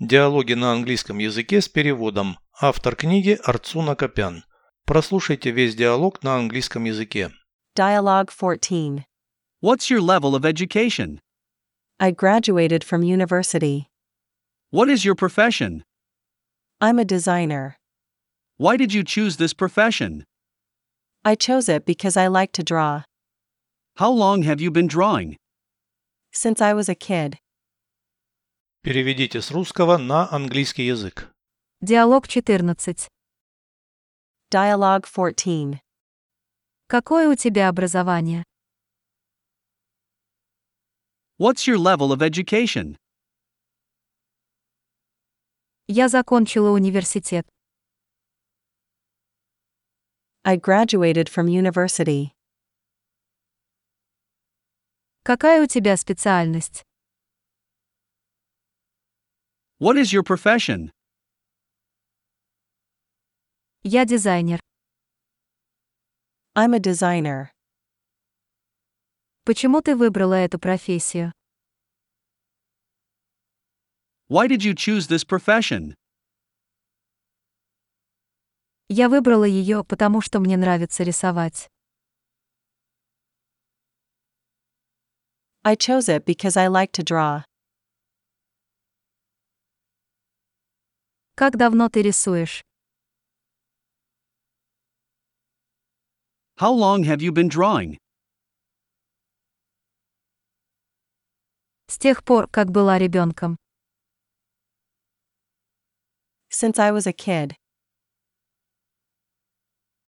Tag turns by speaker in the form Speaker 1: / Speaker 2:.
Speaker 1: Диалоги на английском языке с переводом. Автор книги Арцуна Копян. Прослушайте весь диалог на английском языке.
Speaker 2: Dialogue 14.
Speaker 3: What's your level of education?
Speaker 2: I graduated from university.
Speaker 3: What is your profession?
Speaker 2: I'm a designer.
Speaker 3: Why did you choose this profession?
Speaker 2: I chose it because I like to draw.
Speaker 3: How long have you been drawing?
Speaker 2: Since I was a kid.
Speaker 1: Переведите с русского на английский язык.
Speaker 4: Диалог 14.
Speaker 2: Dialogue 14.
Speaker 4: Какое у тебя образование?
Speaker 3: What's your level of education?
Speaker 4: Я закончила университет.
Speaker 2: I graduated from university.
Speaker 4: Какая у тебя специальность?
Speaker 3: What is your profession?
Speaker 4: Я дизайнер.
Speaker 2: I'm a designer.
Speaker 4: Почему ты выбрала эту профессию?
Speaker 3: Why did you choose this profession?
Speaker 4: Я выбрала ее, потому что мне нравится рисовать.
Speaker 2: I chose it because I like to draw.
Speaker 4: Как давно ты рисуешь?
Speaker 3: How long have you been drawing?
Speaker 4: С тех пор, как была ребенком.
Speaker 2: Since I was a kid.